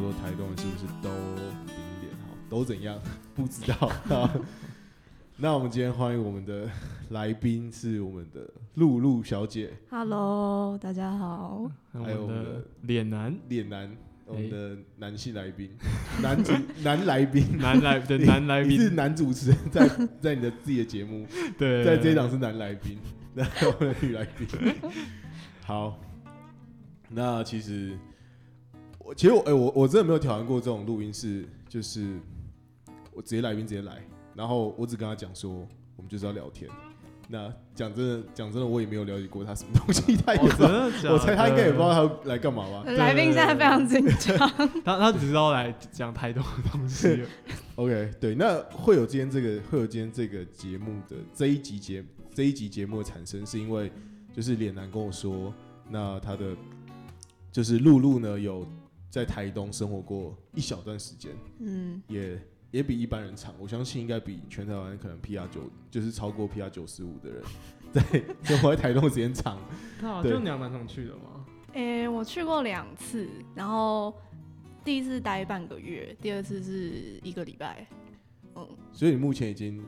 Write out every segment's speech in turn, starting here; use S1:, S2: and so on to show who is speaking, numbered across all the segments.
S1: 说台东人是不是都顶一点好，都怎样？ 不知道。好那我们今天欢迎我们的来宾是我们的露露小姐，
S2: Hello，大家好。
S1: 还
S3: 还
S1: 有
S3: 有
S1: 我
S3: 我
S1: 们
S3: 们
S1: 的
S3: 的脸男
S1: 脸男，我们
S3: 哎
S1: 的男性来宾，男 主男来宾，
S3: 男来的男来
S1: 你是
S3: 宾，
S1: 男主持人，在在你的自己的节目，
S3: 对，哦
S1: 在这一档是男来宾， 那我们的女来 宾。好，那其实我其实我哎、我我真的没有挑战过这种录音室，就是我直接来宾直接来，然后我只跟他讲说，我们就是要聊天。那讲真的，讲真的，我也没有了解过他什么东西，他也不
S3: 哦，
S1: 知
S3: 真
S1: 道，
S3: 的假的
S1: 哎我猜他应该也不知道他要来干嘛吧。
S2: 来宾现在非常紧 张，
S3: 他他只知道来讲台东的 东西。
S1: OK，对，那会有今天这个会有今天这个节目的这一集节这一集节目的产生，是因为就是脸男跟我说，那他的就是露露呢有在台东生活过一小段时间，
S2: 嗯，
S1: 也也比一般人长，我相信应该比全台湾可能 PR 九就是超过 PR 九十五的人 在生活在台东时间长。
S3: 那
S1: 对
S3: 就两南常去的嘛。
S2: 诶、我去过两次，然后第一次待半个月，第二次是一个礼拜。嗯，
S1: 所以你目前已经，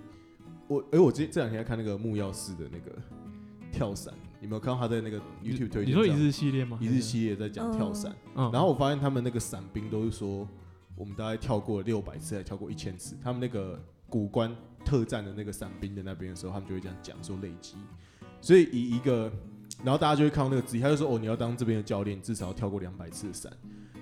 S1: 我哎、我这这两天在看那个木曜四的那个跳伞，你没有看到他在那个 YouTube 推荐上？
S3: 你说一日系列吗？
S1: 一日系列在讲跳伞，
S3: 嗯，
S1: 然后我发现他们那个伞兵都是说，我们大概跳过六百次，还跳过一千次。他们那个古关特战的那个伞兵的那边的时候，他们就会这样讲说累积。所以以一个，然后大家就会看到那个职业，他就说哦，你要当这边的教练，至少要跳过两百次的伞。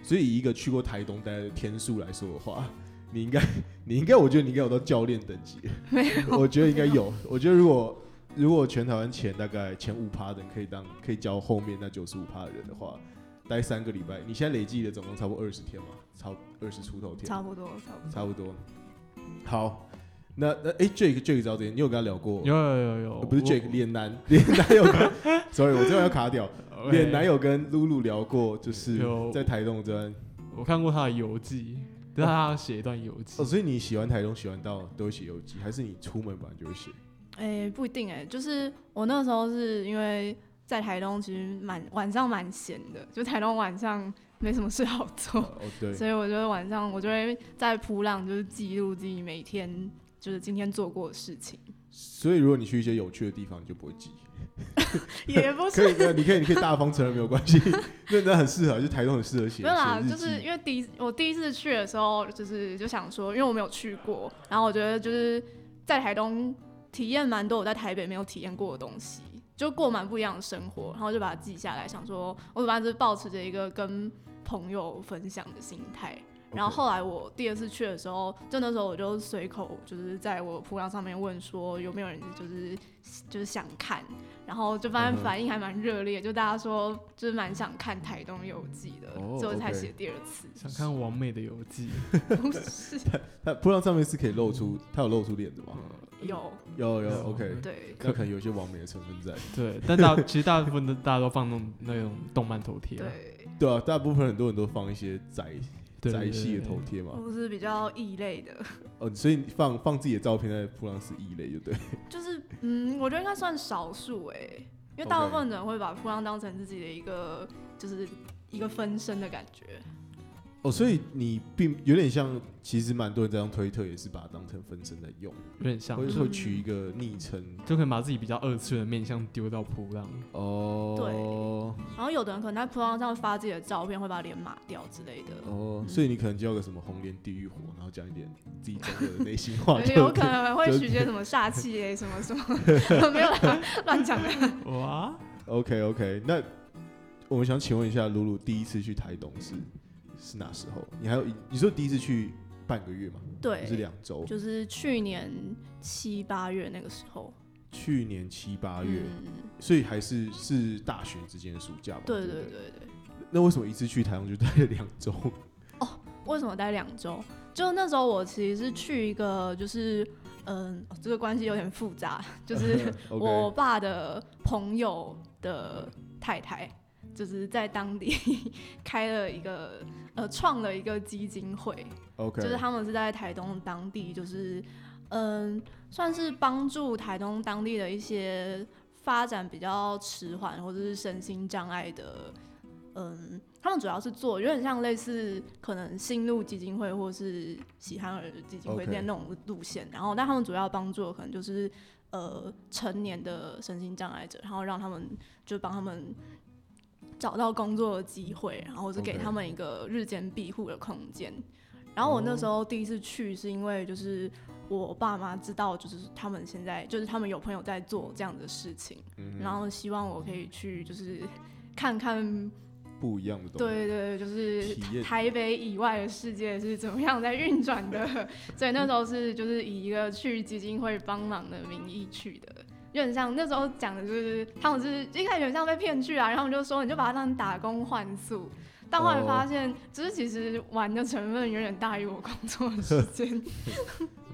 S1: 所以以一个去过台东待的天数来说的话，你应该，你应该，我觉得你应该有到教练等级。
S2: 没
S1: 我觉得应该有。我觉得如果如果全台湾前大概前五趴的人可以当可以教后面那九十五趴的人的话，待三个礼拜，你现在累计的总共差不多二十天嘛，超二十出头天，
S2: 差不多，差不多。
S1: 差不多。好，那那哎，Jake Jake 找点，你有跟他聊过？
S3: 有有有有
S1: 呃，不是
S3: 我
S1: Jake 脸男， 脸男有跟，sorry，我这边要卡掉。
S3: 我哎
S1: 脸男有跟露露聊过，就是
S3: 有
S1: 在台东这边
S3: 我看过他的游记，就是他写一段游记
S1: 哦哦，。所以你喜欢台东，喜欢到都会写游记，还是你出门本来就会写？
S2: 诶、不一定诶、就是我那时候是因为在台东，其实蛮晚上蛮闲的，就台东晚上没什么事好做，
S1: 哦，对，
S2: 所以我就会晚上我就会在普朗就是记录自己每天就是今天做过的事情，
S1: 所以如果你去一些有趣的地方，你就不会记。
S2: 也不是
S1: 可以，没有你可以，你可以大方承认没有关系， 那那很适合，就台东很适合写。
S2: 没有
S1: 写
S2: 啦，
S1: 日记
S2: 就是因为第一我第一次去的时候，就是就想说，因为我没有去过，然后我觉得就是在台东体验蛮多我在台北没有体验过的东西，就过蛮不一样的生活，然后就把它记下来，想说我反正就是保持着一个跟朋友分享的心态。然后
S1: OK
S2: 后来我第二次去的时候，就那时候我就随口就是在我铺浪上面问说有没有人就是就是想看，然后就
S1: 嗯
S2: 发现
S1: 哼
S2: 反应还蛮热烈，就大家说就是蛮想看台东游记的，
S1: 哦
S2: 所以我才
S1: OK
S2: 写第二次。
S3: 想看王美的游 记，
S2: 不是
S1: 它波浪上面是可以露出，它有露出脸的吗？
S2: 有
S1: 有嗯有
S3: 有
S1: ，OK，
S2: 对
S1: 那可能有一些完美的成分在。
S3: 对，但大其实大部分都大家都放那种那种动漫头贴，
S2: 对，
S1: 对啊，大部分很多人都放一些宅
S3: 对
S1: 宅系的头，
S3: 对
S1: 贴嘛，
S2: 我是比较异类的，
S1: 哦，所以你放放自己的照片在波浪是异类，就对。
S2: 就是嗯，我觉得应该算少数哎、因为大部分人会把铺浪当成自己的一个就是一个分身的感觉。
S1: 哦，所以你并有点像，其实蛮多人在用推特也是把它当成分身在用，
S3: 有点像
S1: 会，
S2: 嗯
S1: 会取一个昵称
S3: 就可能把自己比较二次元的面相丢到扑浪，
S1: 哦，
S2: 然后有的人可能在铺浪上发自己的照片，会把脸码掉之类的，
S1: 哦，所以你可能就要个什么红莲地狱火，然后讲一点自己真的内心
S3: 哎
S1: 话，
S2: 对
S1: 哦就
S2: 有可能会取些 什么煞气哎、什么什么，没有啦，乱讲的。
S3: 哇，
S1: OK OK，那我们想请问一下，露露第一次去台东是是哪时候？你还有你说第一次去半个月吗？不是
S2: 对，
S1: 两周？
S2: 就是去年七八月那个时候，
S1: 去年七八月，
S2: 嗯，
S1: 所以还是是大学之间的暑假吧？
S2: 对
S1: 对不
S2: 对对对。
S1: 那为什么一次去台东就待了两 周？
S2: 为什么待两周？就那时候我其实是去一个，就是嗯、哦这个关系有点复杂， 就是我
S1: OK，
S2: 爸的朋友的太太，就是在当地 开了一个呃创了一个基金会，
S1: OK，
S2: 就是他们是在台东当地，就是嗯，算是帮助台东当地的一些发展比较迟缓或者是身心障碍的嗯他们主要是做有点像类似可能新路基金会或是喜憨儿基金会
S1: OK
S2: 那种路线然后但他们主要帮助的可能就是呃成年的身心障碍者，然后让他们就帮他们找到工作的机会，然后是给
S1: OK
S2: 他们一个日间庇护的空间。然后我那时候第一次去是因为就是我爸妈知道就是他们现在就是他们有朋友在做这样的事情，然后希望我可以去就是看看
S1: 不一样的东西。
S2: 对对对，就是
S1: 体验
S2: 台北以外的世界是怎么样在运转的，所以那时候是就是以一个去基金会帮忙的名义去的。有点像那时候讲的就是，他们是一开始有点像被骗去啊，然后我们就说你就把它当打工换宿，但后来
S1: 哦
S2: 发现，就是其实玩的成分远远大于我工作的时间。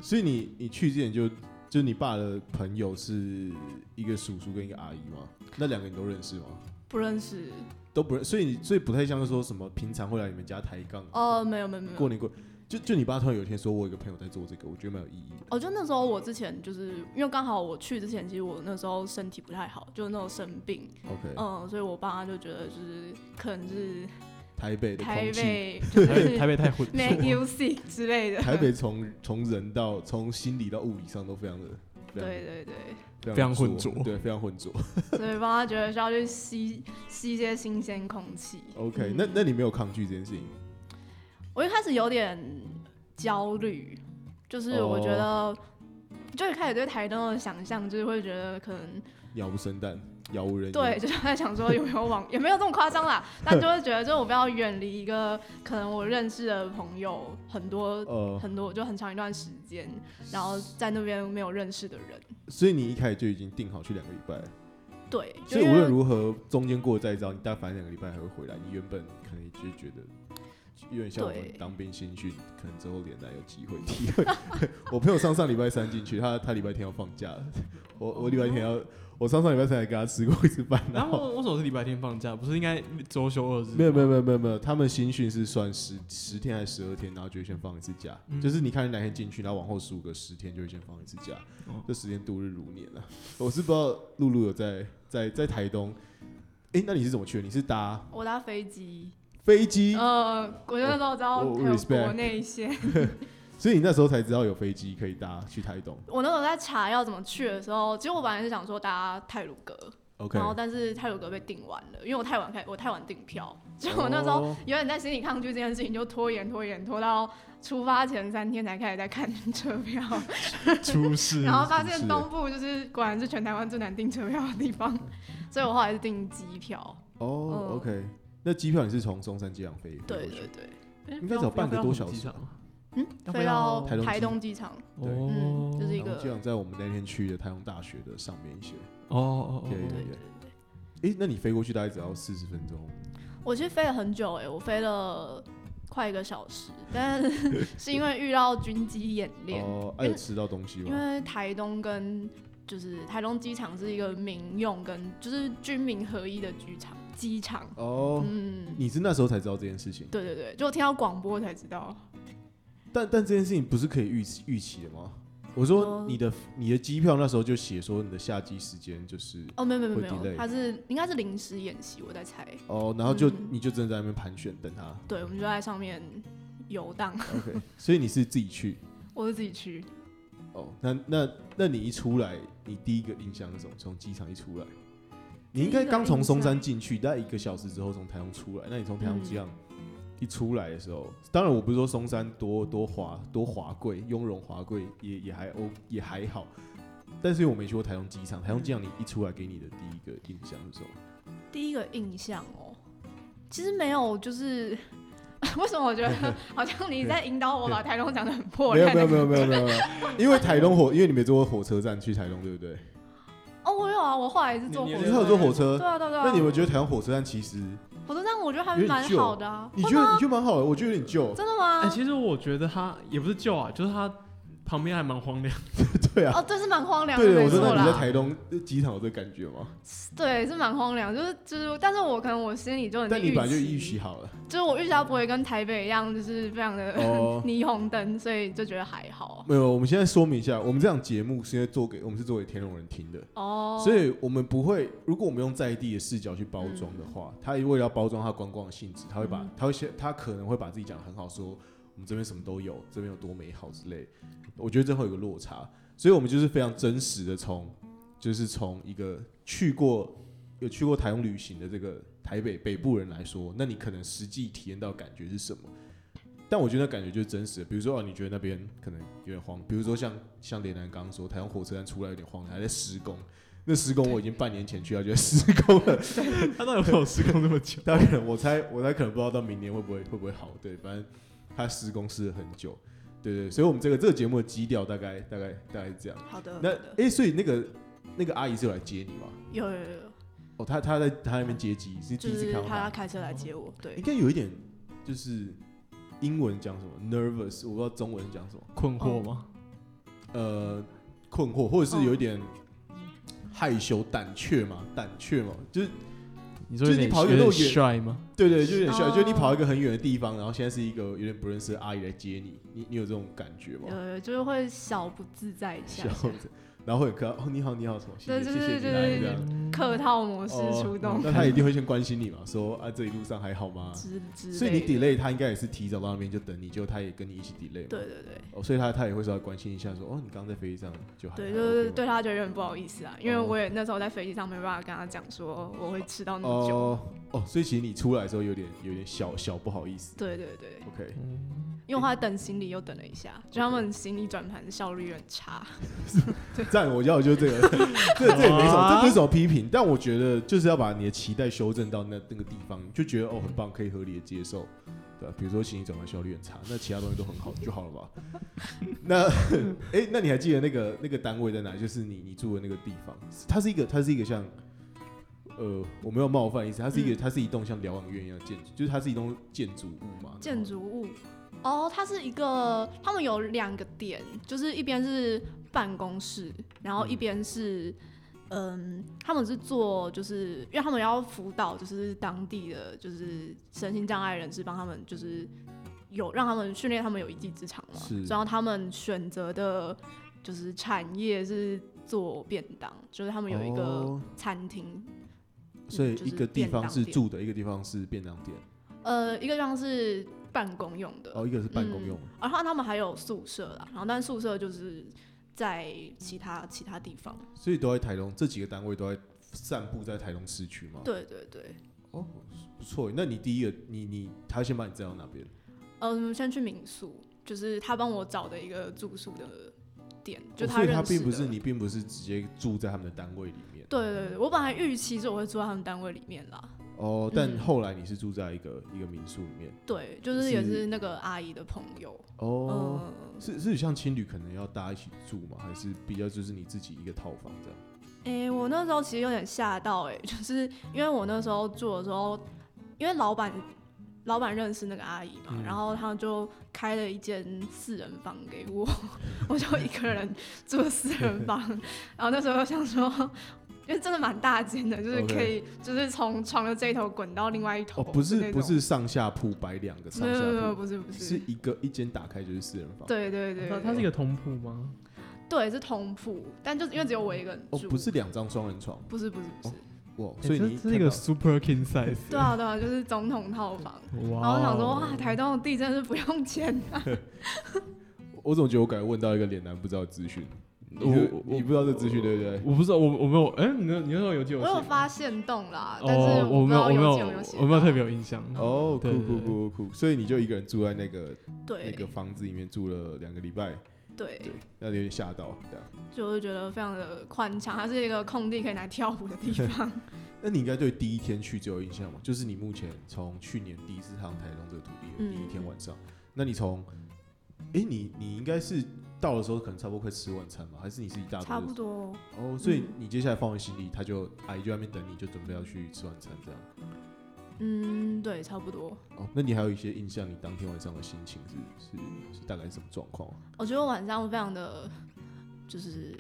S1: 所以你你去之前就就你爸的朋友是一个叔叔跟一个阿姨吗？那两个你都认识吗？
S2: 不认识，
S1: 都不认，所以你所以不太像是说什么平常会来你们家抬杠，
S2: 哦，没有没有没有，
S1: 过年过就就你爸突然有一天说，我有一个朋友在做这个，我觉得蛮有意义的。
S2: 哦，就那时候我之前就是因为刚好我去之前，其实我那时候身体不太好，就那种生病，
S1: OK，、
S2: 嗯，所以我爸就觉得就是可能是
S1: 台北的
S2: 台
S1: 空气，
S2: 北就
S3: 台北台
S2: 是
S3: 北太混
S2: make
S3: 浊
S2: you sick 之类的，
S1: 台北从 从人到从心理到物理上都非常的非常
S2: 对对对，
S1: 非常
S3: 非常混浊
S1: 对，非常混 浊。
S2: 所以爸妈觉得需要去吸吸一些新鲜空气。
S1: OK，、
S2: 嗯
S1: 那那你没有抗拒这件事情？
S2: 我一开始有点焦虑，就是我觉
S1: 哦
S2: 得。就一开始对台东的想象，就是会觉得可能
S1: 鸟不生蛋，杳无人烟。
S2: 对，就是 在想说有没有往，也没有这么夸张啦，但就会觉得，就是我不要远离一个可能我认识的朋友很多
S1: 呃，
S2: 很多，就很长一段时间，然后在那边没有认识的人，
S1: 所以你一开始就已经定好去两个礼拜了，
S2: 对，啊
S1: 所以
S2: 就因
S1: 无论
S2: 为
S1: 如何中间过得再糟，你大概反正两个礼拜还会回来。你原本可能就觉得。有点像我们
S2: 对
S1: 当兵新训，可能之后连带有机会体会。 我朋友上上礼拜三进去，他他礼拜天要放假了，我我礼拜天要，我上上礼拜三还跟他吃过一次饭，
S3: 然
S1: 然后
S3: 后为什么是礼拜天放假？不是应该周休二日？
S1: 没有没有，没有没有没有，他们新训是算十十天还是十二天，然后就会先放一次假，
S3: 嗯
S1: 就是你看你哪天进去，然后往后数个十天就会先放一次假，
S3: 哦
S1: 这十天度日如年了、我是不知道露露有在在在台东，诶，那你是怎么去的？你是搭
S2: 我搭飞机，
S1: 飞机，
S2: 呃，我就那时候知道
S1: 我我
S2: 还有
S1: respect
S2: 国内线，
S1: 所以你那时候才知道有飞机可以搭去台东。
S2: 我那时候在查要怎么去的时候，其实我本来是想说搭泰鲁阁，
S1: OK，
S2: 然后但是泰鲁阁被订完了，因为我太晚开，我太晚订票，所以我那时候
S1: 哦
S2: 有点在心理抗拒这件事情，就拖延拖延拖到出发前三天才开始在看车票，
S3: 出事。
S2: 然后发
S1: 是
S2: 现东部就是果然是全台湾最难订车票的地方，所以我后来是订机票。
S1: 哦
S2: 嗯
S1: OK，那机票你是从松山机场飞？飞
S2: 对
S1: 过去
S2: 对对，
S1: 应该只有半个多小时吧
S2: 嗯，
S3: 要飞
S2: 飞到
S3: 到
S1: 台东机
S2: 台东机场，
S1: 对
S3: 哦，
S2: 嗯就是一
S1: 然后
S2: 个
S1: 机场在我们那天去的台东大学的上面一些。
S3: 哦哦哦
S1: 对
S2: 对
S3: 哦，
S2: 对对。
S1: 诶，那你飞过去大概只要四十分钟。
S2: 我其实飞了很久哎、我飞了快一个小时， 但是是因为遇到军机演练，
S1: 哦，
S2: 因
S1: 哎，
S2: 为
S1: 有吃到东西
S2: 因
S1: 吗？
S2: 为台东跟就是台东机场是一个民用跟就是军民合一的机场机场，
S1: 哦，
S2: 嗯，
S1: 你是那时候才知道这件事情，
S2: 对对对，就听到广播才知道，
S1: 但但这件事情不是可以预期预期的吗？我说
S2: 哦
S1: 你的你的机票那时候就写说你的下机时间就是
S2: 哦，没有没有没
S1: 会
S2: 有没
S1: delay
S2: 有，它是应该是临时演习，我在猜，
S1: 哦，然后就、
S2: 嗯
S1: 你就真的在那边盘旋等 他。
S2: 对，我们就在上面游荡，
S1: OK，所以你是自己去
S2: 我是自己去，
S1: 哦。那那那你一出来，你第一个印象是什么？从机场一出来，你应该刚从松山进去，大概一个小时之后从台东出来。那你
S2: 嗯
S1: 从台东机场一出来的时候，当然我不是说松山多多华多华贵，雍容华贵也也还 O 也还好。但是因为我没去过台东机
S2: 嗯
S1: 场，台东机场你一出来给你的第一个印象是什么？
S2: 第一个印象哦，其实没有，就是 为什么我 觉得好像你在引导我把台东讲的很破
S1: 没有
S2: 烂？
S1: 没有没有没有没有，没有因为台东火，因为你没坐过火车站去台东，对不对？
S2: 哦，我有啊，我后来是坐火
S3: 你
S1: 你
S3: 你
S2: 车，
S1: 是有坐火车
S2: 对，啊对啊对啊。
S1: 那你们觉得台东火车站其实
S2: 火车站我觉得还
S1: 有点哎
S2: 蛮
S1: 旧
S2: 好的啊，
S1: 你
S2: 会
S1: 觉得
S2: 吗
S1: 你觉得蛮好的，我觉得有点旧。
S2: 真的吗？
S3: 哎，其实我觉得他也不是旧啊，就是他旁边还蛮荒凉，
S1: 对啊，
S2: 哦，这是蛮荒凉的，
S1: 对，
S2: 没
S1: 我说
S2: 错
S1: 那你在
S2: 啦，
S1: 台东呃机场有这感觉吗？
S2: 对，是蛮荒凉，就是就是，但是我可能我心里就很
S1: 但你
S2: 预
S1: 本来就预
S2: 期，
S1: 习好了
S2: 就是我预期它不会跟台北一样，就是非常的
S1: 哦。
S2: 霓虹灯，所以就觉得还好。
S1: 没有，我们现在说明一下，我们这档节目是因为做给我们是做给天龙人听的，
S2: 哦，
S1: 所以我们不会，如果我们用在地的视角去包装的话，他为了要包装他观光的性质，他会把、
S2: 嗯
S1: 他会先他可能会把自己讲得很好，说我们这边什么都有，这边有多美好之类。我觉得这会有个落差，所以我们就是非常真实的从，就是从一个去过有去过台东旅行的这个台北北部人来说，那你可能实际体验到感觉是什么？但我觉得那感觉就是真实的，比如说哦，你觉得那边可能有点荒，比如说像像连南刚刚说，台湾火车站出来有点荒凉，还在施工。那施工我已经半年前去到，觉得施工了，
S3: 它到底有没有施工这 么久？
S1: 大家可能我猜我猜可能不知道到明年会不会会不会好，对，反正它施工施了很久，对对，所以我们这个这个节目的基调大概大概大概是这样。
S2: 好的，好
S1: 那
S2: 的，
S1: 诶，所以那个那个阿姨是有来接你吗？
S2: 有有有，
S1: 哦，她她在她那边接机，是第
S2: 就
S1: 一次
S2: 是
S1: 看到
S2: 他
S1: 她，
S2: 开车来接我，对
S1: 应，该有一点就是英文讲什么 nervous，我不知道中文讲什么，
S3: 困惑吗？
S1: 呃，困惑或者是有一点害羞胆怯嘛，胆怯嘛，就是
S3: 哦你说
S1: 就
S3: 有
S1: 是
S3: 点
S1: 你跑得那
S3: 有点
S1: 么远
S3: 帅吗？
S1: 对对，就有点像，
S2: 哦
S1: 就你跑到一个很远的地方，然后现在是一个有点不认识的阿姨来接你，你你有这种感觉吗？
S2: 呃，就是会小不自在一下
S1: 笑，着，然后会客哦，你好，你好，什么？谢谢，
S2: 对
S1: 谢谢
S2: 对
S1: 你
S2: 对
S1: 来
S2: 对
S1: 这
S2: 对
S1: 样。
S2: 客套模式出动
S1: 哦那他一定会先关心你嘛，说啊，这一路上还好吗？
S2: 之之类的，
S1: 所以你 delay 他应该也是提早到那边就等你，就他也跟你一起 delay 嘛。
S2: 对对对。
S1: 哦，所以他他也会稍微关心一下，说哦，你刚刚在飞机上就还
S2: 对，
S1: 好
S2: 就是。
S1: OK 吗
S2: 对他就有点不好意思啊，因为
S1: 哎哦
S2: 我也那时候在飞机上没办法跟他讲说我会迟到那么久。
S1: 哦哦，所以其实你出来的时候有点有点小小不好意思。
S2: 对对对，
S1: OK，
S2: 因为我后来等行李又等了一下，就他们行李转盘效率有点差。
S1: 赞，我要的就是这 个，这这也没什么，
S2: 啊
S1: 这不是什么批评，但我觉得就是要把你的期待修正到那那个地方，就觉得哦很棒，可以合理的接受，对吧、比如说行李转换效率很差，那其他东西都很好就好了吧？ 那 哎、那你还记得那个那个单位在哪？就是你你住的那个地方，它是一个它是一个像。呃，我没有冒犯的意思，它是一个，
S2: 嗯
S1: 它是一栋像疗养院一样的建筑，就是它是一栋建筑物嘛。
S2: 建筑物。哦，它是一个，他们有两个点，就是一边是办公室，然后一
S1: 嗯
S2: 边是，嗯，他们是做，就是因为他们要辅导，就是当地的就是身心障碍人士，帮他们就是有让他们训练他们有一技之长嘛
S1: 是，
S2: 然后他们选择的就是产业是做便当，就是他们有一个
S1: 哦
S2: 餐厅，
S1: 所以
S2: 就是
S1: 一个地
S2: 便
S1: 方
S2: 当
S1: 是
S2: 店
S1: 住的，一个地方是便当店，
S2: 呃，一个地方是办公用的，
S1: 然后一个是办公用。
S2: 然后他们还有宿舍啦，然后但宿舍就是在其他其他地方。
S1: 所以都在台东，这几个单位都在散布在台东市区吗？，
S2: 对对对，
S1: 哦，不错耶。那你第一个，你你他先把你载到哪边？
S2: 嗯，先去民宿，就是他帮我找的一个住宿的点，就
S1: 哦所以
S2: 认识、的。
S1: 并不是。你，并不是直接住在他们的单位里面
S2: 对对对，我本来预期是我会住在他们单位里面啦。
S1: 哦，但
S2: 嗯
S1: 后来你是住在一个一个民宿里面
S2: 对，就是也
S1: 是
S2: 是那个阿姨的朋友。
S1: 哦。
S2: 嗯，
S1: 是是像情侣可能要大家一起住吗？还是比较就是你自己一个套房这样？
S2: 诶，我那时候其实有点吓到、诶， 就是因为我那时候住的时候，因为老板老板认识那个阿姨嘛，
S3: 嗯
S2: 然后他就开了一间四人房给我， 我就一个人住了四 人房，然后那时候想说，因为真的蛮大间的，就是
S1: OK
S2: 可以就是从床的这一头滚到另外一头
S1: 哦，不
S2: 的
S1: 是
S2: 那
S1: 不
S2: 种，
S1: 是上下铺摆两个上
S2: 没有没有没
S1: 下
S2: 有，
S1: 铺，
S2: 不是不
S1: 是
S2: 是，
S1: 一个一间打开就是四人房。
S2: 对对对，
S3: 它它是一个同铺吗？
S2: 对是同铺，但就是因为只有我一个人
S1: 哦，
S2: 住，
S1: 不是哦两张双人床
S2: 不是不是不是，
S1: 哇，
S3: 欸
S1: 所以
S3: 这
S1: 你
S3: 这是一
S1: 看到
S3: 个 super king size。
S2: 对啊对啊，就是总统套房。
S3: 哇
S2: 然后
S3: 哦，
S2: 我想说，哇，台东的地真是不用钱啊！
S1: 我总觉得我感觉问到一个脸男不知道的资讯，你
S3: 我
S1: 是
S3: 我
S1: 你不知道这资讯对不对？
S3: 我不知道，我我没有，哎、你那你那时候有记
S2: 我有
S3: 我
S2: 发现洞啦，但是
S3: 哦，我
S2: 不知
S3: 没有，
S2: 道
S3: 我没
S2: 有
S3: 有
S2: 进有没有写，
S3: 我没有特别。有印象。
S1: 哦，酷
S3: 对对
S1: 酷
S3: 对
S1: 酷酷酷！所以你就一个人住在那个那个
S2: 对
S1: 房子里面住了两个礼拜，
S2: 对
S1: 对，，那你有点吓到。这样，
S2: 就是觉得非常的宽敞，它是一个空地可以拿来跳舞的地方。
S1: 那你应该对第一天去就有印象嘛？就是你目前从去年第一次踏上台东这个土地的
S2: 嗯
S1: 第一天晚上，那你从，哎，你你应该是到的时候可能差不多快吃晚餐嘛，还是你是一大
S2: 差
S1: 早就
S2: 不嗯多，
S1: 哦，所以你接下来放完行李，他就阿姨就在那边等你，就准备要去吃晚餐这样。
S2: 嗯，对，差不多。
S1: 哦，那你还有一些印象，你当天晚上的心情是是是大概是什么状况啊？
S2: 我觉得晚上非常的就是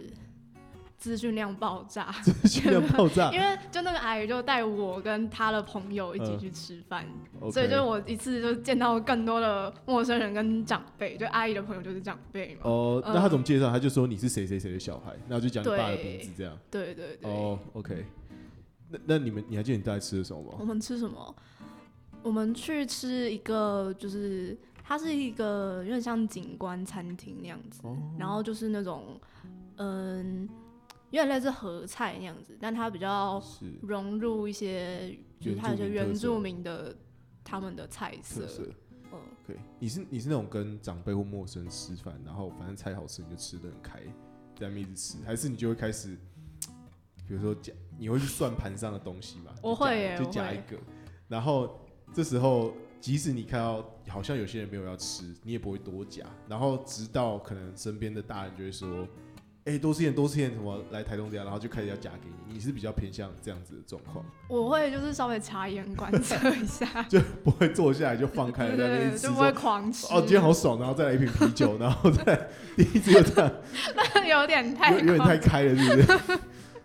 S2: 资讯量爆炸，
S1: 心量爆炸
S2: 因为就那个阿姨就带我跟她的朋友一起
S1: 嗯
S2: 去吃饭，
S1: ，OK，
S2: 所以就是我一次就见到更多的陌生人跟长辈，就阿姨的朋友就是长辈嘛。
S1: 哦，
S2: 嗯
S1: 那他怎么介绍？他就说你是谁谁谁的小孩，那就讲你爸的
S2: 对
S1: 名字这样。
S2: 对对对。
S1: 哦，OK，那那你们你还记得你大概吃了什么
S2: 我
S1: 吗？
S2: 们吃什么？我们去吃一个，就是它是一个有点像景观餐厅那样子，
S1: 哦
S2: 然后就是那种嗯，有点类似合菜那样子，但它比较
S1: 是
S2: 融入一些，就是它有些
S1: 原
S2: 原
S1: 住
S2: 住
S1: 民
S2: 民的他们的菜色
S1: 特，色。
S2: 嗯，
S1: OK，你是你是那种跟长辈或陌生人吃饭，然后反正菜好吃你就吃的很开，在那边一直吃，还是你就会开始，比如说夹，你会去算盘上的东西嘛？
S2: 我会耶
S1: 就
S2: 我
S1: 夹
S2: 会
S1: 一个，然后这时候即使你看到好像有些人没有要吃，你也不会多夹，然后直到可能身边的大人就会说。哎、多吃点，多吃点，什么来台东这样，然后就开始要夹给你。你是比较偏向这样子的状况，
S2: 我会就是稍微察言观色 一下，
S1: 就不会坐下来就放开了
S2: 对
S1: 在哎那
S2: 对
S1: 边
S2: 对，
S1: 吃
S2: 就
S1: 说。
S2: 不会狂吃，
S1: 哦，今天好爽，然后再来一瓶啤酒，然后再第一次又这样，
S2: 有点太
S1: 有有点
S2: 狂
S1: 太开了，是不是？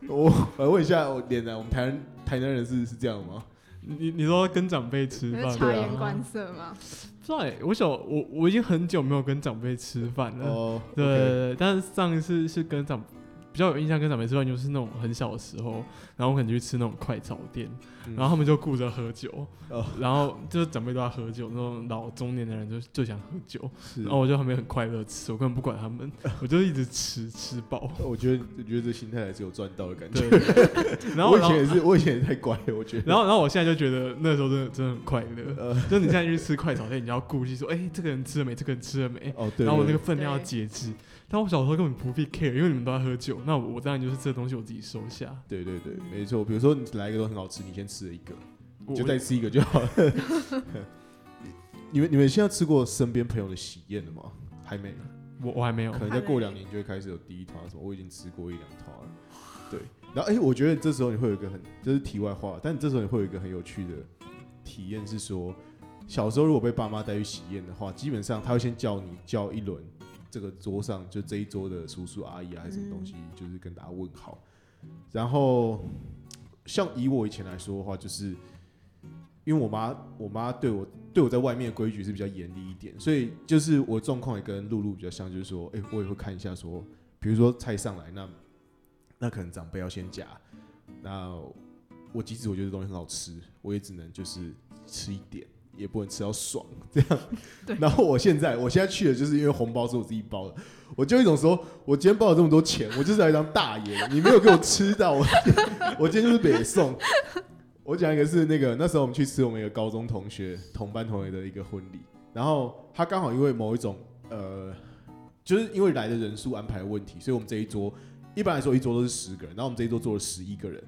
S1: 我我问一下，我脸啊男，我们台南台南人是是这样吗？
S3: 你你说跟长辈吃
S2: 就是
S3: 饭，
S2: 察
S1: 对啊
S2: 言观色嘛，
S3: 不知道欸我小我我已经很久没有跟长辈吃饭了。
S1: 哦，
S3: 嗯对
S1: OK，
S3: 对，对但是上一次是跟长比较有印象，跟长辈吃饭就是那种很小的时候，然后我可能去吃那种快炒店，
S1: 嗯
S3: 然后他们就顾着喝酒，
S1: 哦
S3: 然后就是长辈都在喝酒，那种老中年的人就就想喝酒，
S1: 是
S3: 然后我就旁边很快乐吃，我根本不管 他们，我就一直吃吃饱。
S1: 我觉得我觉得这心态还是有赚到的感觉。
S3: 对，对对 然后
S1: 我以
S3: 然后
S1: 前也是，我以前也太乖了，我觉得。
S3: 然后，然后我现在就觉得那时候真的真的很快乐。
S1: 呃，
S3: 就你现在去吃快炒店，你就要顾忌说，哎、这个人吃了没？这个人吃了没？
S1: 哦对，
S3: 然后我那
S1: 对
S3: 个分量要节制。但我小时候根本不必 care，因为你们都在喝酒，那我我当然就是这东西我自己收下。
S1: 对对对，没错。比如说你来一个都很好吃，你先吃了一个，
S3: 我
S1: 就再吃一个就好了。 你们你们现在吃过身边朋友的喜宴了吗？还没。
S3: 我我还没有
S1: 可，能再过两年就会开始有第一套什么，我已经吃过一两套了。对，然后哎、诶我觉得这时候你会有一个很，这是题外话，但这时候你会有一个很有趣的体验是说，小时候如果被爸妈带去喜宴的话，基本上他会先叫你叫一轮，这个桌上就这一桌的叔叔阿姨啊，还是什么东西，就是跟大家问好。然后像以我以前来说的话，就是因为我妈，我妈对我对我在外面的规矩是比较严厉一点，所以就是我的状况也跟露露比较像，就是说，哎、我也会看一下说，比如说菜上来，那那可能长辈要先夹，那我即使我觉得东西很好吃，我也只能就是吃一点。也不能吃到爽这样，
S2: 对
S1: 然后我现在我现在去的就是因为红包是我自己包的，我就有一种说，我今天包了这么多钱，我就是来当大爷，你没有给我吃到，我 我今天就是北宋。我讲一个是那个那时候我们去吃我们一个高中同学同班同学的一个婚礼，然后他刚好因为某一种呃，就是因为来的人数安排的问题，所以我们这一桌一般来说一桌都是十个人，然后我们这一桌坐了十一个人，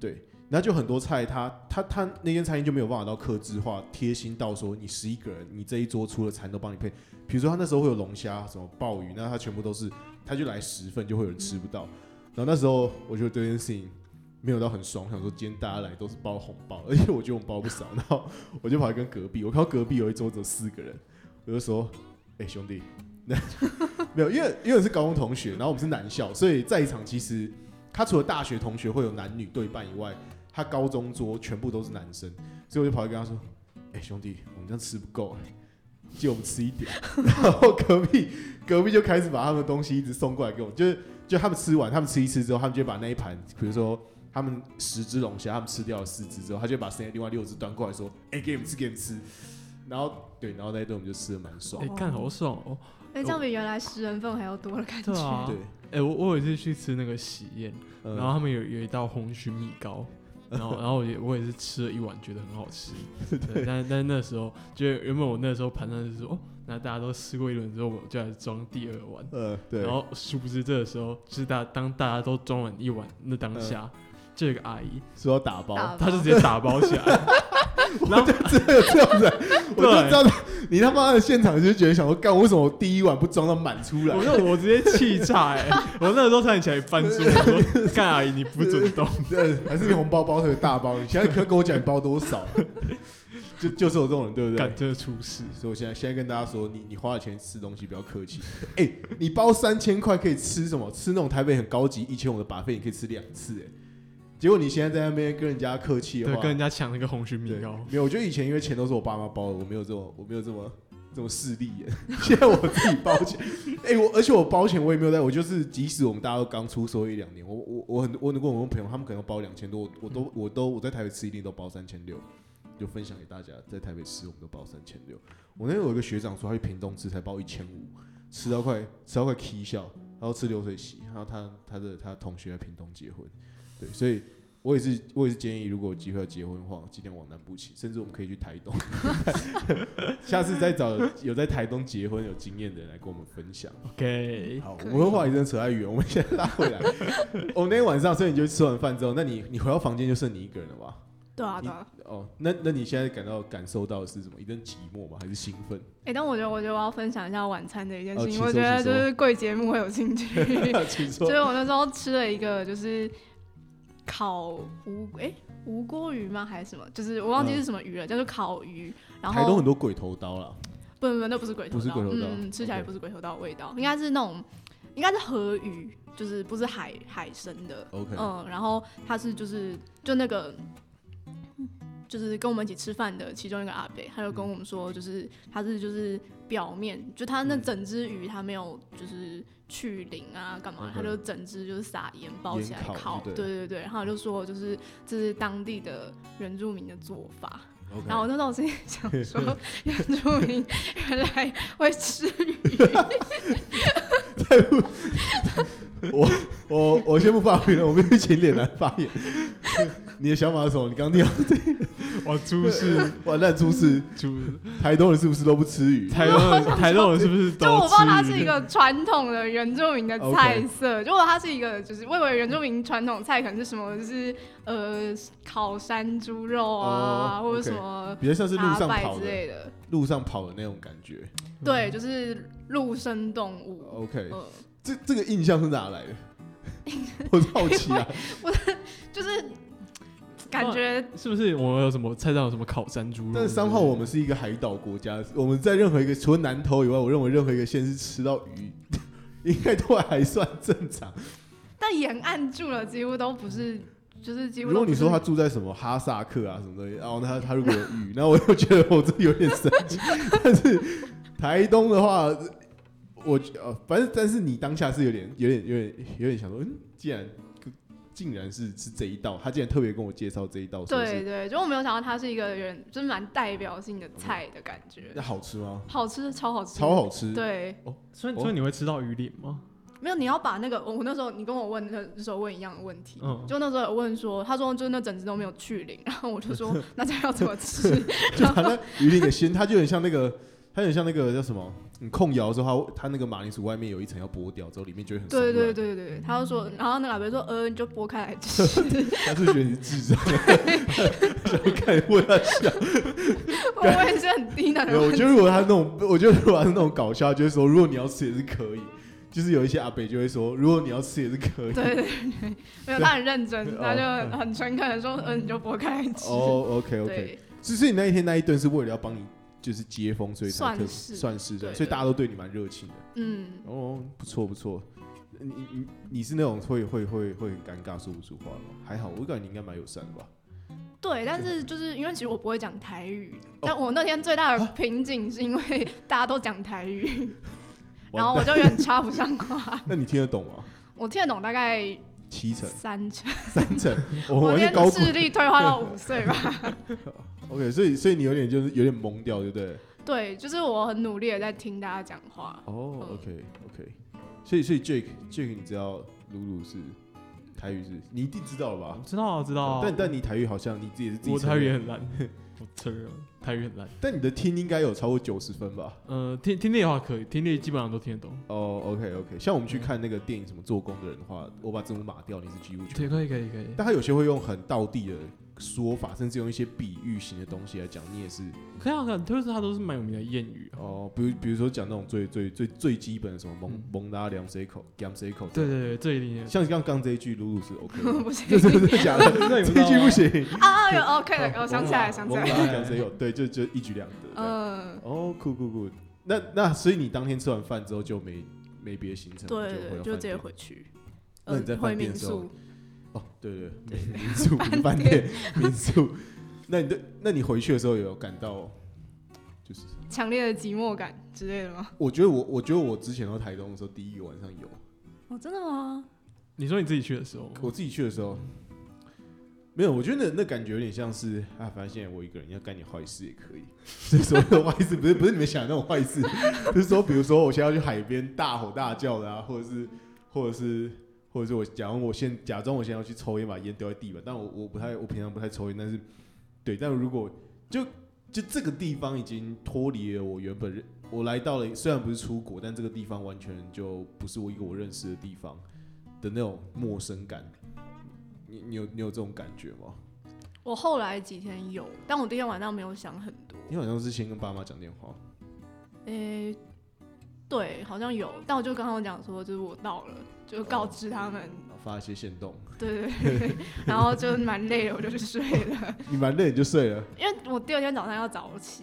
S1: 对，然后就很多菜他他他那间餐厅就没有办法到克制化贴心到说你十一个人，你这一桌除了餐都帮你配，比如说他那时候会有龙虾什么鲍鱼，那他全部都是他就来十份就会有人吃不到，然后那时候我觉得这件事情。没有到很爽，我想说今天大家来都是包红包，而且我觉得我们包不少，然后我就跑去跟隔壁，我看到隔壁有一桌只有四个人，我就说：“哎、兄弟，那没有，因为因为是高中同学，然后我们是男校，所以在场其实他除了大学同学会有男女对半以外，他高中桌全部都是男生，所以我就跑去跟他说：‘哎、兄弟，我们这样吃不够、哎借我们吃一点。’然后隔壁隔壁就开始把他们的东西一直送过来给我们，就是就他们吃完，他们吃一吃之后，他们就会把那一盘，比如说。”他们十只龙虾，他们吃掉了四只之后，他就把剩下另外六只端过来说：“哎、给你们吃，给你们吃。”然后对，然后那一顿我们就吃的蛮爽
S3: 哎、。看好爽哦！
S2: 哎，这样比原来十人份还要多的感
S3: 对
S2: 觉。
S3: 啊，
S1: 对，
S3: 哎、我我有一次去吃那个喜宴，
S1: 嗯
S3: 然后他们有有一道红曲米糕，然后然后我也我也是吃了一碗，觉得很好 吃。对，但但是那时候就原本我那时候盘算是说，哦，那大家都吃过一轮之后，我就来装第二碗。
S1: 呃，对，
S3: 然后殊不知这个时候，就是大当大家都装完一碗那当
S1: 嗯
S3: 下，就有一个阿姨，
S1: 说要打包，
S2: 打
S3: 她就直接打包起来，然后
S1: 真的有 这样子，我就知道你他妈的现场就觉得想说，干为什么我第一碗不装到满出来
S3: 我？就我直接气炸哎、我那个时候差点起来翻桌，我 说干阿姨你不准动，
S1: 对，还是你红包包特别大包，你现在可以跟我讲你包多少？ 就就是有这种人，对不对
S3: 干？这出事，
S1: 所以我现在现在跟大家说，你你花了钱吃东西不要客气。 哎、你包三千块可以吃什么？吃那种台北很高级一千五的把费，你可以吃两次、哎，结果你现在在那边跟人家客气
S3: 对，
S1: 的话，
S3: 跟人家抢那个红曲米
S1: 啊
S3: 哦
S1: 对，
S3: 糕，
S1: 没有，我觉得以前因为钱都是我爸妈包的，我没有这么我没有这么这么势利眼。 现在我自己包钱，哎、我而且我包钱我也没有在，我就是即使我们大家都刚出社会一两年，我我我很我能跟我们朋友，他们可能包两千多，我我都我都我在台北吃一定都包三千六。就分享给大家，在台北吃我们都包三千六。我那天有一个学长说，他去屏东吃才包一千五，吃到快吃到快啼笑，然后吃流水席，然后他他的他同学在屏东结婚，对，所以我也是我也是建议，如果有机会要结婚的话，尽量往南部骑，甚至我们可以去台东， 下次再找有在台东结婚有经验的人来跟我们分享。
S3: OK，
S1: 好，
S2: 可
S1: 我
S2: 以
S1: 们会话题真的扯太远，我们先拉回 来。我、那天晚上，所以你就吃完饭之后，那你你回到房间就剩你一个人了吧？
S2: 对啊，
S1: 你
S2: 对啊。
S1: 哦，那那你现在感到感受到的是什么？一阵寂寞吗？还是兴 奋？
S2: 哎、但我觉得，我觉得我要分享一下晚餐的一件
S1: 哦
S2: 事情，
S1: 请
S2: 我
S1: 说
S2: 觉得
S1: 请
S2: 就
S1: 说
S2: 是贵节目会有兴趣。
S1: 请说
S2: 所以。我那时候吃了一个就是烤无哎、无锅鱼吗还是什么？就是我忘记是什么鱼了，叫做烤鱼。
S1: 嗯
S2: 然
S1: 台东
S2: 后
S1: 很多鬼头刀啦，
S2: 不不不，那不是鬼头
S1: 不是
S2: 刀，
S1: 鬼头刀
S2: 嗯，吃起来
S1: OK
S2: 不是鬼头刀的味道，应该是那种应该是河鱼，就是不是海海参的。
S1: OK
S2: 嗯，然后他是就是就那个。就是跟我们一起吃饭的其中一个阿伯，他就跟我们说，就是他是就是表面，就他那整只鱼他没有就是去鳞啊干嘛，
S1: OK
S2: 他就整只就是撒盐包起来
S1: 盐烤
S2: 烤，
S1: 就
S2: 对
S1: 对
S2: 对对，然后他就说就是这是当地的原住民的做法，
S1: OK，
S2: 然后我那时候心里想说， 原住民原来会吃鱼，
S1: 我我我先不发言了，我们有请脸来发言。 你的想法是什么？你刚听到
S3: 哇，出事，
S1: 完蛋出事，
S3: 出事，
S1: 台东人是不是都不吃鱼？
S3: 台东人，台东人是不是
S2: 就我
S3: 都
S2: 不知道它
S3: 吃
S2: 是一
S3: 鱼？
S2: 个传统的原住民的
S1: OK
S2: 菜色，如果它是一个就是我以为原住民传统菜可能是什么，就是呃烤山猪肉啊，
S1: 哦
S2: 或者
S1: OK
S2: 什么
S1: 比较像是路
S2: 阿
S1: 上
S2: 拜
S1: 跑
S2: 之
S1: 的，
S2: 类的，
S1: 路上跑的那种感觉。
S2: 对，就是陆生动物。
S1: 哦 OK，
S2: 呃，
S1: 这这个印象是哪 来的？我好奇啊，
S2: 就是感觉
S3: 是不是我们有什么菜上有什么烤山猪肉？
S1: 但是三号我们是一个海岛国家，我们在任何一个除了南投以外，我认为任何一个县市吃到鱼， 应该都还算正常。
S2: 但沿岸住了几乎都不是，就是几乎
S1: 如
S2: 都
S1: 果你
S2: 不是
S1: 说他住在什么哈萨克啊什么东西，然后他他如果有鱼，那我又觉得我这有点生气。 但是台东的话，我呃反正但是你当下是有点有点有点有点想说，嗯，既然竟然是是这一道，他竟然特别跟我介绍这一道，说
S2: 对
S1: 是
S2: 对，就我没有想到它是一个人，就是蛮代表性的菜的感觉
S1: 那，好吃吗？
S2: 好吃，超好吃，
S1: 嗯超。好吃，
S2: 对，
S3: 所以所以你会吃到鱼鳞吗？
S2: 没有你要把那个，我我那时候你跟我问那那时候问一样的问题，
S3: 嗯
S2: 就那时候有问说，他说就是那整只都没有去鳞， 然后我就
S1: 嗯
S2: 说那这样要怎么吃？
S1: 就它那鱼鳞的鲜，它就很像那个，它很像那个叫什么？你控窑的时候，它它那个马铃薯外面有一层要剥掉，之后里面就会很松
S2: 对
S1: 软
S2: 对对对对，他就说，然后那个阿伯说，呃，你就剥开来 吃。
S1: 他是觉得你智 障， 想看问他笑。
S2: 我也是很低能
S1: 没
S2: 的
S1: 有，我觉
S2: 问题。
S1: 得如果他那种， 我觉得如果他是那种搞笑，就是说如果你要吃也是可以，就是有一些阿北就会说，如果你要吃也是可以。
S2: 对对对，没有他很认真，
S1: 哦
S2: 他就很诚恳的说，嗯、呃，你就剥开来吃。
S1: 哦、o k OK，
S2: 对，
S1: 所以所以你那一天那一顿是为了要帮你就是接风，所以才
S2: 算
S1: 特
S2: 是
S1: 算是
S2: 对
S1: 的，
S2: 对
S1: 所以大家都对你蛮热情的。
S2: 嗯，
S1: 哦，不错不错。你你你是那种会会会会很尴尬说不出话的吗？还好，我感觉你应该蛮友善的吧。
S2: 对，但是就是因为其实我不会讲台语，
S1: 嗯
S2: 但我那天最大的瓶颈是因为大家都讲台语，然后
S1: 完
S2: 啊我
S1: 蛋
S2: 就有点插不上话。
S1: 那你听得懂吗？
S2: 我听得懂大概
S1: 七成、
S2: 三成，
S1: 三成， 我
S2: 我
S1: 我是
S2: 连
S1: 高估
S2: 智力退化到五岁吧。
S1: OK，所以所以你有点就是有点懵掉，对不对？
S2: 对，就是我很努力的在听大家讲 话。
S1: 哦
S2: 嗯
S1: OK OK，所以所以 Jake Jake 你知道露露是台语是，你一定知道了吧？
S3: 知道啊，知道啊。
S1: 哦但但你台语好像你自己是自己
S3: 我
S1: 承
S3: 台语也
S1: 认，
S3: 很烂， 我承认台语很烂。
S1: 但你的听应该有超过九十分吧？
S3: 呃，听听力的话可以，听力基本上都听得懂。
S1: 哦、o k OK，像我们去
S3: 嗯
S1: 看那个电影什么做工的人的话，我把字母码掉，你是几乎全
S3: 对，可以，可以，可啊以。
S1: 但他有些会用很道地的说法，甚至用一些比喻型的东西来讲，你也是
S3: 可以啊，可以，就是它都是蛮有名的谚语啊。
S1: 哦，比如比如说讲那种最最最最基本的什么蒙、
S3: 嗯
S1: 蒙拉两谁口两谁口，
S3: 对，对对，这一定也。
S1: 像刚刚这一句露露是 OK，的
S2: 不行
S1: 这真的假的？
S3: 那
S1: 这一句不行，哦
S2: 啊啊，有 OK 了，我想起来，想起
S1: 蒙
S2: 来，
S1: 拉两谁有，对，就就一举两得。这样
S2: 嗯，
S1: 哦，酷酷酷，那那所以你当天吃完饭之后就没没别的行程，
S2: 对对
S1: 回到
S2: 对，就
S1: 饭
S2: 直接
S1: 店
S2: 回去。
S1: 那你在
S2: 嗯
S1: 饭
S2: 回
S1: 店
S2: 民
S1: 的时候
S2: 宿，
S1: 哦，对对对，民宿不是
S2: 饭
S1: 饭店民宿。 那你对，那你回去的时候有感到，就是
S2: 强烈的寂寞感之类的吗？
S1: 我觉得我我觉得我之前到台东的时候，第一个晚上有，
S2: 哦，真的吗？
S3: 你说你自己去的时候吗，
S1: 我自己去的时候。没有，我觉得那那感觉有点像是啊，反正现在我一个人要干点坏事也可以，所以所有的坏事不是不是你们想的那种坏事， 就是说，比如说我现在要去海边大吼大叫的啊，或者是或者是或者是我假装我现假装我现在要去抽烟，把烟丢在地板。但我我不太我平常不太抽烟，但是对，但如果就就这个地方已经脱离了我原本认我来到了，虽然不是出国，但这个地方完全就不是我一个我认识的地方的那种陌生感。你你有你有这种感觉吗？
S2: 我后来几天有，但我第一天晚上没有想很多。
S1: 你好像是先跟爸妈讲电话，
S2: 诶、对，好像有，但我就跟他们讲说，就是我到了，就告知他们，
S1: 然后发一些线 动，
S2: 对对对，然后就蛮累的，我就去睡了，
S1: 你蛮累你就睡了。
S2: 因为我第二天早上要早起。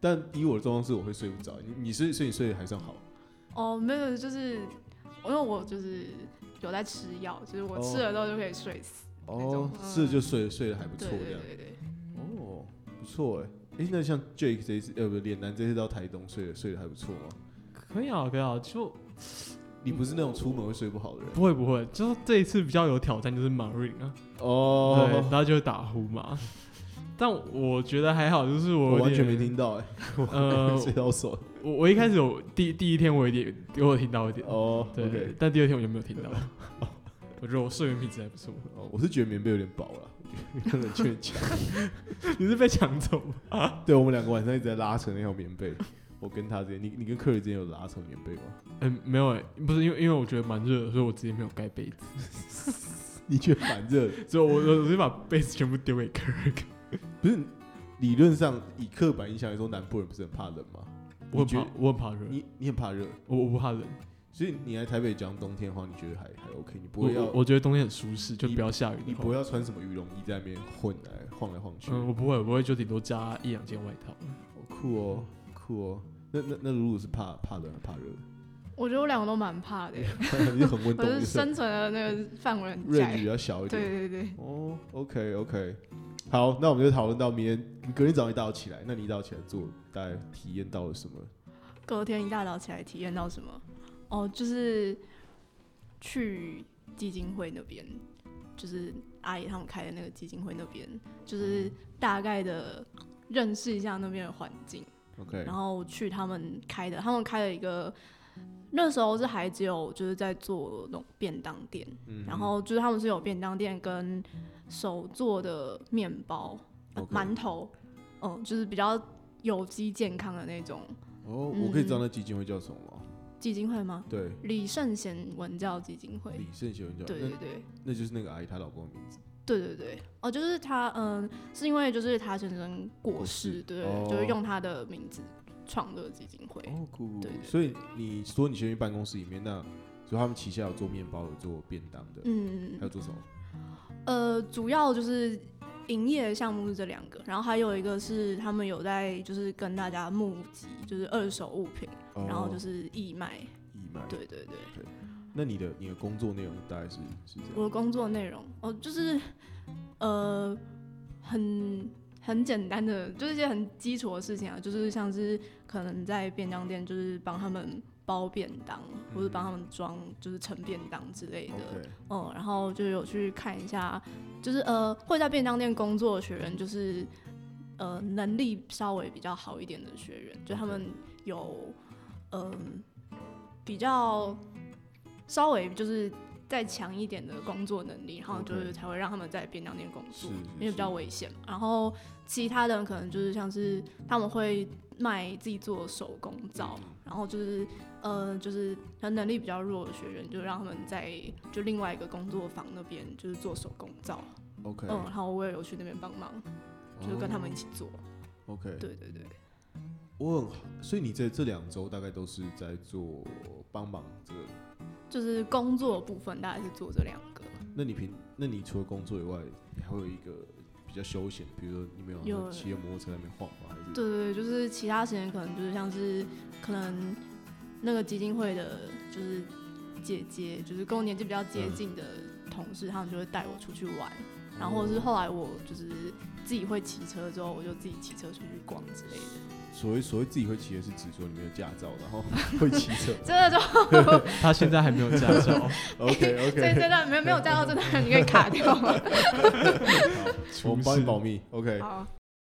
S1: 但以我的状况是，我会睡不着。你你是所以你睡得还算好，
S2: 哦，没有，就是因为我就是有在吃药，就是我吃了之后就可以睡死。那种
S1: 哦，
S2: 嗯
S1: 是就睡睡得还不错
S2: 对
S1: 这
S2: 对
S1: 样。
S2: 对对，
S1: 哦，不错哎。哎，那像 Jake 这一次，呃，不，脸男这次到台东睡得睡得还不错吗？
S3: 可以啊，可以啊，就
S1: 你不是那种出门会睡不好的人
S3: 不会不会，就是这一次比较有挑战就是马瑞啊，对，
S1: 哦。
S3: 他就会打呼嘛。 但我觉得还好，就是我
S1: 我
S3: 有
S1: 完全
S3: 点
S1: 没，听到哎，
S3: 呃，
S1: 睡到手
S3: 我我一开始有第第一天我有点我有听到一点，
S1: 哦。
S3: 对
S1: OK，
S3: 但第二天我就没有听到。我觉得我睡眠品质还不错。
S1: 哦我是觉得棉被有点薄了， 有点缺角。
S3: 你是被抢走吗？
S1: 对我们两个晚上一直在拉扯那条棉被，我跟他之间，你你跟克里之间有拉扯棉被吗？
S3: 嗯，没有、欸，不是因为因为我觉得蛮热的，所以我直接没有盖被子，
S1: 你觉得蛮热的，
S3: 所以我我我直接把被子全部丢给 Kirk。
S1: 不是？理论上以刻板印象来说，南部人不是很怕冷吗？你
S3: 我很
S1: 觉
S3: 怕
S1: 得，
S3: 我很怕热，
S1: 你你很怕热，
S3: 我我不怕冷，
S1: 所以你来台北讲冬天的话，你觉得还还 OK？你不
S3: 我
S1: 会要
S3: 我我觉得冬天很舒适，就
S1: 你
S3: 不要下雨
S1: 你
S3: 的
S1: 不
S3: 话。
S1: 会要穿什么羽绒衣在那边混来晃来晃去？
S3: 嗯，我不会，我会就顶多加一两件外套。
S1: 好酷哦，酷哦。那那那如果是怕怕冷还怕热
S2: 我觉得我两个都蛮怕 的，
S1: 的，你很温
S2: 我
S1: 冻，
S2: 是
S1: 你是
S2: 生存的那个范围很
S1: 润比
S2: 窄。
S1: 较小一点。
S2: 对对对，
S1: 哦，OK OK，好，那我们就讨论到明天，你隔天早上一大早起来，那你一大早起来做，大概体验到了什么？
S2: 隔天一大早起来体验到什么？哦，就是去基金会那边，就是阿姨他们开的那个基金会那边，
S1: 嗯
S2: 就是大概的认识一下那边的环境，
S1: OK，
S2: 然后去他们开的，他们开了一个。那时候是还只有就是在做那种便当店，
S1: 嗯
S2: 然后就是他们是有便当店跟手做的面包、呃
S1: OK
S2: 馒头，嗯，就是比较有机健康的那种
S1: 哦，我可以知道
S2: 嗯
S1: 那基金会叫什么吗？
S2: 基金会吗？
S1: 对，
S2: 李圣贤文教基金会。
S1: 李圣贤叫，
S2: 对对
S1: 那
S2: 对
S1: 那就是那个阿姨她老公的名字。
S2: 对对对，哦，就是他，嗯，是因为就是他先生过
S1: 过世
S2: 世，对，
S1: 哦
S2: 就是用他的名字创的基金会。
S1: 哦，酷酷
S2: 对
S1: 酷
S2: 对
S1: 所以你说你先去办公室里面，那所以他们旗下有做面包，有做便当的，
S2: 嗯
S1: 还，有做什么？
S2: 呃，主要就是营业项目是这两个，然后还有一个是他们有在就是跟大家募集，就是二手物品，然后就是是义卖。
S1: 哦义卖。
S2: 对对对，
S1: 那你的你的工作内容大概是是这样？
S2: 我的工作内容哦，就是呃，很很简单的，就是一些很基础的事情啊，就是像是可能在便当店，就是帮他们包便当，或者帮他们装就是盛便当之类的。
S1: OK，
S2: 嗯，然后就有去看一下，就是呃，会在便当店工作的学员，就是呃，能力稍微比较好一点的学员，就他们有嗯、比较稍微就是再强一点的工作能力，然后就是
S1: OK
S2: 才会让他们在便当店工作，
S1: 是
S2: 因为比较危险。然后其他的可能就是像是他们会卖自己做的手工皂，
S1: 嗯
S2: 然后就是呃，就是他能力比较弱的学员，就让他们在就另外一个工作坊那边就是做手工皂，
S1: OK，
S2: 嗯，然后我也有去那边帮忙，就是跟他们一
S1: 哦
S2: 起做，
S1: OK，
S2: 对对对，
S1: 我很好，所以你在这两周大概都是在做帮忙这个。
S2: 就是工作的部分大概是做这两个，
S1: 那你平，那你除了工作以外，你还会有一个比比较休闲，比如说你们有
S2: 有
S1: 骑着摩托车在那边晃吗？还是
S2: 对对对，就是其他时间可能就是像是可能那个基金会的，就是姐姐，就是跟我年纪比较接近的同事，他们就会带我出去玩。然后或者
S1: 哦
S2: 是后来我就是自己会骑车之后，我就自己骑车出去逛之类的。
S1: 所谓所谓自己会骑的是指说你没有驾照，然后 会骑 车。
S2: 真的就
S3: 他现在还没有驾 照，
S1: OK
S2: 所以
S1: OK，
S2: 真的没没有驾照，真的你可以卡掉吗？
S1: 我
S3: 出
S1: 们帮你
S3: 事
S1: 保密。OK，
S2: 好，